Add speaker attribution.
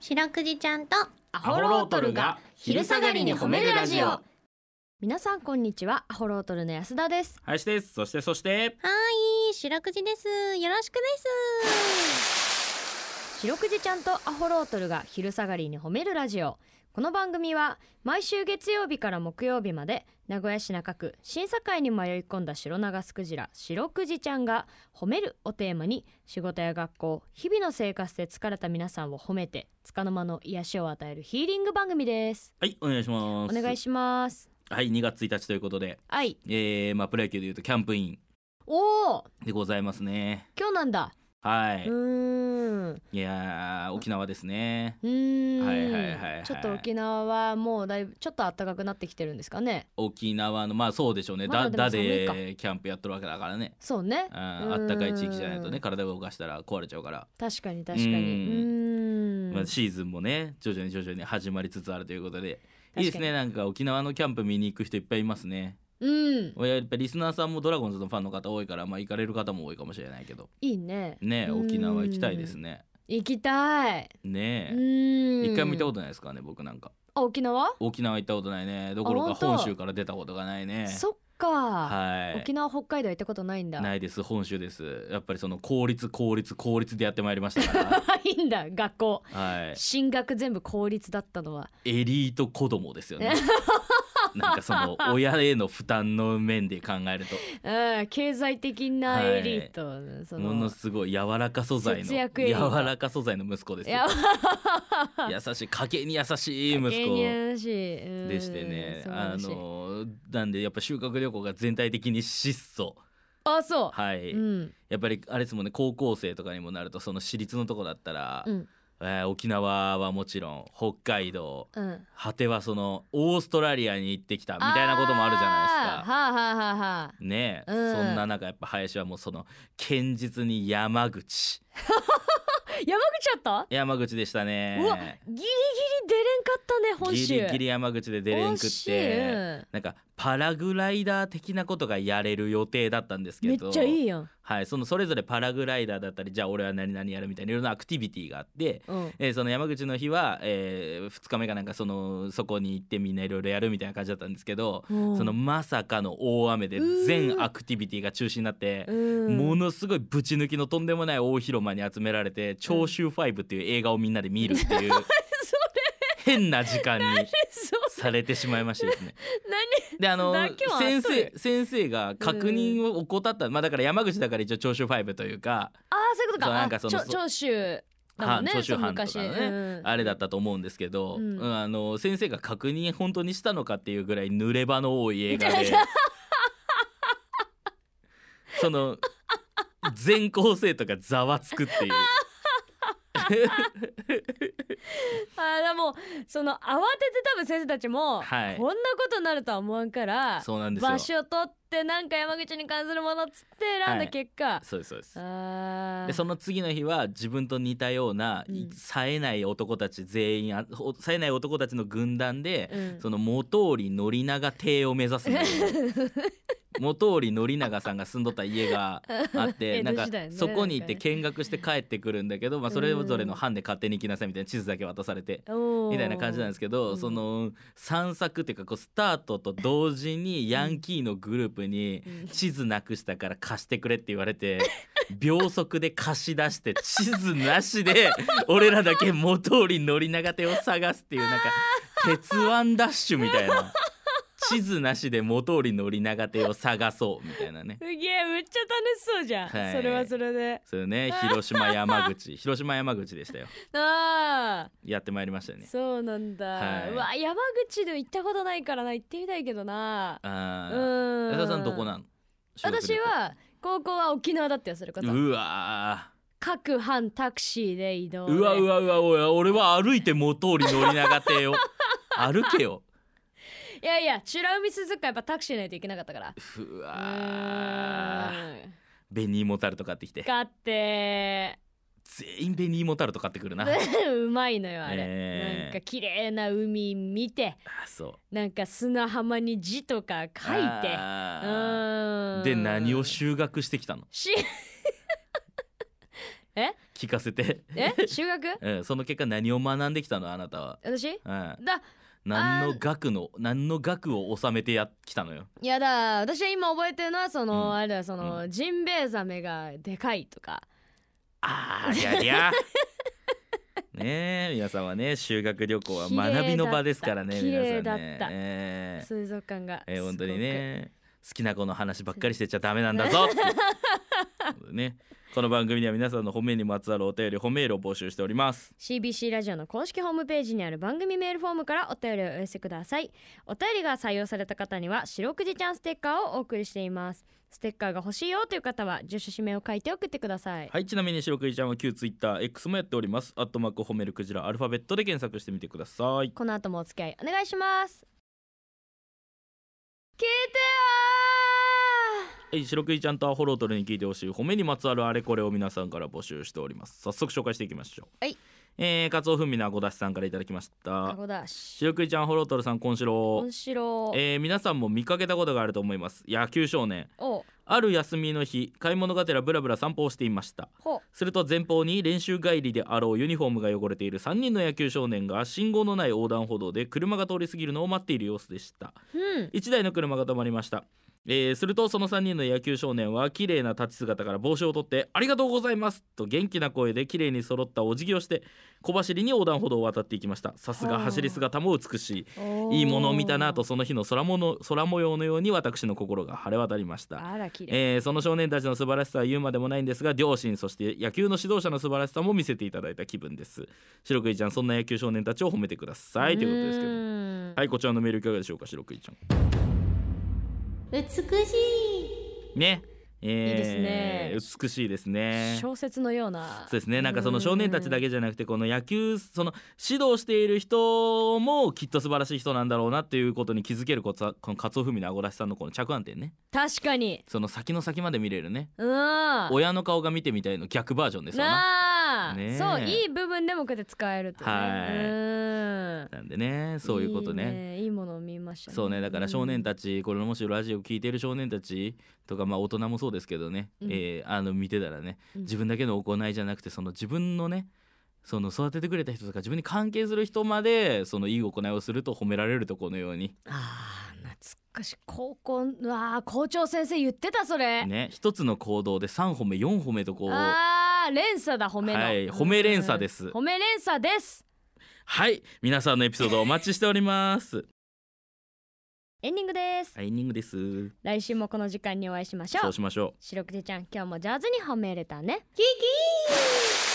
Speaker 1: 白くじちゃんと
Speaker 2: ア
Speaker 3: ホロートルが昼下がりに褒めるラジオ
Speaker 2: 皆さんこんにちはアホロートルの安田です
Speaker 3: 林ですそしてそして
Speaker 1: はい白くじですよろしくです
Speaker 2: 白くじちゃんとアホロートルが昼下がりに褒めるラジオこの番組は毎週月曜日から木曜日まで名古屋市中区審査会に迷い込んだ白長スクジラ白くじちゃんが褒めるをテーマに仕事や学校日々の生活で疲れた皆さんを褒めて束の間の癒しを与えるヒーリング番組です
Speaker 3: はいお願いしま
Speaker 2: お
Speaker 3: す
Speaker 2: 願いします
Speaker 3: はい2月1日ということで
Speaker 2: はい
Speaker 3: えー、まあプロ野球でいうとキャンプイン
Speaker 2: おお
Speaker 3: でございますね
Speaker 2: 今日なんだ
Speaker 3: は
Speaker 2: う
Speaker 3: い
Speaker 2: ーん
Speaker 3: いやー沖縄ですね
Speaker 2: うーん
Speaker 3: はいはいはいはい
Speaker 2: ちょっと沖縄はもうだいぶちょっと暖かくなってきてるんですかね
Speaker 3: 沖縄のまあそうでしょうね
Speaker 2: ま
Speaker 3: だ
Speaker 2: だで
Speaker 3: だ
Speaker 2: も寒いか
Speaker 3: でキャンプやっとるわけだからね
Speaker 2: そうね
Speaker 3: あ
Speaker 2: う
Speaker 3: あ
Speaker 2: ん
Speaker 3: ったかい地域じゃないとね体が動かしたら壊れちゃうから、
Speaker 2: 確かに確かにう
Speaker 3: うん
Speaker 2: ーん
Speaker 3: まあ、シーズンもね徐々に徐々に始まりつつあるということでいいですねなんか沖縄のキャンプ見に行く人いっぱいいますね
Speaker 2: うん
Speaker 3: やっぱりリスナーさんもドラゴンズのファンの方多いから、まあ、行かれる方も多いかもしれないけど
Speaker 2: いいね
Speaker 3: ね
Speaker 2: うん
Speaker 3: 沖縄行きたいですね
Speaker 2: 行きたい
Speaker 3: ね
Speaker 2: うーん
Speaker 3: 一回も行ったこととないですからね僕なんか
Speaker 2: あ沖縄
Speaker 3: 沖縄行ったことないねどころ
Speaker 2: あ
Speaker 3: か
Speaker 2: 本当
Speaker 3: 本州から出たことがないね
Speaker 2: そっか
Speaker 3: は
Speaker 2: 沖縄北海道行ったことないん
Speaker 3: い
Speaker 2: だ
Speaker 3: ないです本州ですやっぱりその公立公立公立でやってまいりましたか
Speaker 2: いいんだ学校
Speaker 3: らはい
Speaker 2: 進学全部公立だったのは
Speaker 3: エリート子供です よねなんかその親への負担の面で考えると
Speaker 2: うん経済的なエリート そ
Speaker 3: ものすごい柔らか素材の
Speaker 2: 節約エリート
Speaker 3: 柔らか素材の息子です
Speaker 2: い
Speaker 3: よ
Speaker 2: や
Speaker 3: 優しい家計に優しい息
Speaker 2: 芸
Speaker 3: 子
Speaker 2: 人らしいうん
Speaker 3: でしてね
Speaker 2: 素晴
Speaker 3: あ
Speaker 2: らしい
Speaker 3: のなんでやっぱ修学旅行が全体的に質素
Speaker 2: あそう、
Speaker 3: はい、
Speaker 2: うん
Speaker 3: やっぱりあれですもんね高校生とかにもなるとその私立のとこだったら、
Speaker 2: うん
Speaker 3: えー沖縄はもちろん北海道
Speaker 2: うん
Speaker 3: 果てはそのオーストラリアに行ってきたみたいなこともあるじゃないですか。
Speaker 2: あーはあはあはあはあ
Speaker 3: ねえ、
Speaker 2: うん
Speaker 3: そんな中やっぱ林はもうその堅実に山口
Speaker 2: 山口あった
Speaker 3: 山口でしたね
Speaker 2: うわギリギリ出れんかったね本
Speaker 3: ギ
Speaker 2: 州
Speaker 3: リギリ山口で出れんくっ
Speaker 2: 本州
Speaker 3: てなんかパラグライダー的なことがやれる予定だったんです
Speaker 2: め
Speaker 3: け
Speaker 2: っ
Speaker 3: ど
Speaker 2: ちゃいいやん、
Speaker 3: はい、そのそれぞれパラグライダーだったりじゃあ俺は何々やるみたいないろんなアクティビティがあって、
Speaker 2: うん、
Speaker 3: えーその山口の日は、え2日目かなんかそのそこに行ってみんないろいろやるみたいな感じだったんですけど、そのまさかの大雨で全アクティビティが中止になって。も
Speaker 2: の
Speaker 3: のすごいぶち抜きのとんでもない大広間に集められて「長州ファイブっていう映画をみんなで見るって いう変な時間に
Speaker 2: そう
Speaker 3: されてしまいまして ですね。であの
Speaker 2: だけはあっとる
Speaker 3: 先生先生が確認を怠った、まあだから山口だから一応長州ファイブというか、
Speaker 2: ああそういう
Speaker 3: そ
Speaker 2: こと
Speaker 3: う
Speaker 2: か
Speaker 3: なん
Speaker 2: あ
Speaker 3: か
Speaker 2: ちょ
Speaker 3: その
Speaker 2: 長州だもんね
Speaker 3: 長州
Speaker 2: その
Speaker 3: 藩と
Speaker 2: 昔
Speaker 3: かのね、
Speaker 2: うん
Speaker 3: あれだったと思うんですけど、
Speaker 2: うん
Speaker 3: うんあの先生が確認本当にしたのかっていうぐらい濡れ場の多い映 画でその全校生徒がざわつくっていう。
Speaker 2: あーだもうその慌てて多分先生たちも、
Speaker 3: はい
Speaker 2: こんなことになるとは思わんから
Speaker 3: そうなんですよ
Speaker 2: 場所取ってなんか山口に関するものっつって選ん
Speaker 3: は
Speaker 2: だ
Speaker 3: い
Speaker 2: 結果、
Speaker 3: そうですそうです
Speaker 2: あ
Speaker 3: でそ
Speaker 2: の
Speaker 3: の次の日は自分と似たような、い
Speaker 2: うん
Speaker 3: 冴えない男たち全員あお冴えない男たちの軍団で、その元織宣長邸を目指 すんだけど元織宣長さんが住んどった家があっ
Speaker 2: 江
Speaker 3: て
Speaker 2: 戸
Speaker 3: なんか
Speaker 2: 時代ね
Speaker 3: そこに行って
Speaker 2: なん
Speaker 3: 見学して帰ってくるんだけど、まあ、それぞれの班で勝手に行きなさいみたいな地図だけ渡されて。みたいな感じなんです
Speaker 2: け
Speaker 3: けど、
Speaker 2: うん
Speaker 3: その散策っていうかこうスタートと同時にヤンキーのグループに
Speaker 2: うん
Speaker 3: 地図なくしたから貸してくれって言われて秒速で貸し出して地図なしで俺らだけ元通り乗り長手を探すっていうなんか鉄腕ダッシュみたいな地図なしで元通り乗り長手を探そうみたいなね。
Speaker 2: すげえめっちゃ楽しそうじゃん、
Speaker 3: はい
Speaker 2: それはそれで
Speaker 3: そうね広島山口広島山口でしたよ
Speaker 2: あ
Speaker 3: やってまいりました
Speaker 2: あ、
Speaker 3: ね。
Speaker 2: そうなんだ、
Speaker 3: はいう
Speaker 2: わ山口で行ったことないからな行ってみたいけどな
Speaker 3: あー
Speaker 2: うん
Speaker 3: 安田さんどこなの修学旅
Speaker 2: 私
Speaker 3: 行
Speaker 2: は高校は沖縄だったよそれこそう
Speaker 3: わ
Speaker 2: 各班タクシーで移動
Speaker 3: ー
Speaker 2: で
Speaker 3: うわうわうわおい俺は歩いて元通り乗り長手 よ歩けよ
Speaker 2: いやいや美ら海鈴鹿やっぱタクシーないといけなかったから
Speaker 3: う
Speaker 2: う
Speaker 3: わー
Speaker 2: ーん
Speaker 3: 紅芋タルト買ってきて
Speaker 2: 買って
Speaker 3: 全員紅芋タルト買ってくるな
Speaker 2: うまいのよあれ、
Speaker 3: えー
Speaker 2: なんか綺麗な海見て
Speaker 3: あそう
Speaker 2: なんか砂浜に字とか書いてう
Speaker 3: あー
Speaker 2: ーん
Speaker 3: で何を修学してきたの
Speaker 2: しえ
Speaker 3: 聞かせて、
Speaker 2: え修学
Speaker 3: うん、その結果何を学んできたのあなたは、
Speaker 2: 私
Speaker 3: うん、
Speaker 2: だ
Speaker 3: 何の額の何の額を納めてやきたのよ
Speaker 2: いやだ私は今覚えてるのはその、
Speaker 3: うん
Speaker 2: あれだその、ジンベエザメがでかいとか
Speaker 3: あーりゃり ゃねえ皆さんはね修学旅行は学びの場ですからね
Speaker 2: 綺
Speaker 3: 皆さんね
Speaker 2: 麗だった綺麗だった
Speaker 3: ええ
Speaker 2: 水族館が
Speaker 3: ええ本当に
Speaker 2: す
Speaker 3: ね好きな子の話ばっかりしてちゃダメなんだぞ っていうねこの番組では皆さんの褒めにまつわるお便り褒めールを募集しております
Speaker 2: ごく CBC ラジオの公式ホームページにある番組メールフォームからお便りをお寄せくださいお便りが採用された方には白くじちゃんステッカーをお送りしていますステッカーが欲しいよという方は住所氏名を書いて送ってください、
Speaker 3: はいちなみに白くじちゃんは旧ツイッター X もやっておりますアットマーク褒めるクジラアルファベットで検索してみてください
Speaker 2: この後もお付き合いお願いします聞いてよ
Speaker 3: は
Speaker 2: ー
Speaker 3: い白くじちゃんとアホロートルに聞いてほしい褒めにまつわるあれこれを皆さんから募集しております早速紹介していきましょう
Speaker 2: はい
Speaker 3: えー、カツオフミのあごだしさんからいただきまし
Speaker 2: あ
Speaker 3: た
Speaker 2: ごだし
Speaker 3: 白くじちゃんアホロートルさんこんしろ
Speaker 2: 面白
Speaker 3: えー、皆さんも見かけたことがあると思います野球少年
Speaker 2: お
Speaker 3: ある休みの日買い物がてらブラブラ散歩をしていました
Speaker 2: ほ
Speaker 3: すると前方に練習帰りであろうユニフォームが汚れている3人の野球少年が信号のない横断歩道で車が通り過ぎるのを待っている様子でした
Speaker 2: うん
Speaker 3: 1台の車が止まりました、えーするとその3人の野球少年は綺麗な立ち姿から帽子を取って「ありがとうございます」と元気な声で綺麗に揃ったお辞儀をして小走りに横断歩道を渡っていきましたさすが走り姿も美しい
Speaker 2: おー
Speaker 3: いいものを見たなとその日の空もの空模様のように私の心が晴れ渡りました
Speaker 2: あら綺麗
Speaker 3: えーその少年たちの素晴らしさは言うまでもないんですが両親そして野球の指導者の素晴らしさも見せていただいた気分です白くいちゃんそんな野球少年たちを褒めてくださいということですけ
Speaker 2: う
Speaker 3: ど
Speaker 2: ーん
Speaker 3: はいこちらのメールいかがでしょうか白くいちゃん
Speaker 1: 美しい
Speaker 3: ねえー
Speaker 2: いいです
Speaker 3: 美しいですね
Speaker 2: 小説のような
Speaker 3: そうですねなんかその少年たちだ
Speaker 2: け
Speaker 3: けじゃなくてこの野球その指導している人もきっと素晴らしい人なんだろうなっていうことに気づけるこつはこのカツオフミのあごだしさんのこの着眼点ね
Speaker 2: 確かに
Speaker 3: その先の先まで見れるね
Speaker 2: うんな
Speaker 3: 親の顔が見てみたいの逆バージョンですわな
Speaker 2: あ
Speaker 3: ねえ
Speaker 2: そういい部分でもこうやって使えるとね
Speaker 3: はいう
Speaker 2: ーん
Speaker 3: なんでねそういうことね
Speaker 2: いいいいものを見ましたね
Speaker 3: そうねだから少年
Speaker 2: ち
Speaker 3: たち、これもしラジオ聞いてる少年たちとかまあ大人もそうですけどね、
Speaker 2: うん
Speaker 3: えーあの見てたらね
Speaker 2: うん
Speaker 3: 自分だけの行いじゃなくてその自分のねその育ててくれた人とか自分に関係する人までそのいい行いをすると褒められるとこのように
Speaker 2: あー懐かしい高校うわー校長先生言ってたそれ
Speaker 3: ね一つの行動で3褒め4褒めとこう
Speaker 2: あー連鎖だ褒めの
Speaker 3: はい褒め連鎖です
Speaker 2: うん褒め連鎖です
Speaker 3: はい皆さんのエピソードお待ちしております
Speaker 2: エンディングです
Speaker 3: タイミングです
Speaker 2: 来週もこの時間にお会いしましょ
Speaker 3: そううしましょう
Speaker 2: 白くじちゃん今日もジャズに褒めれたね
Speaker 1: キキ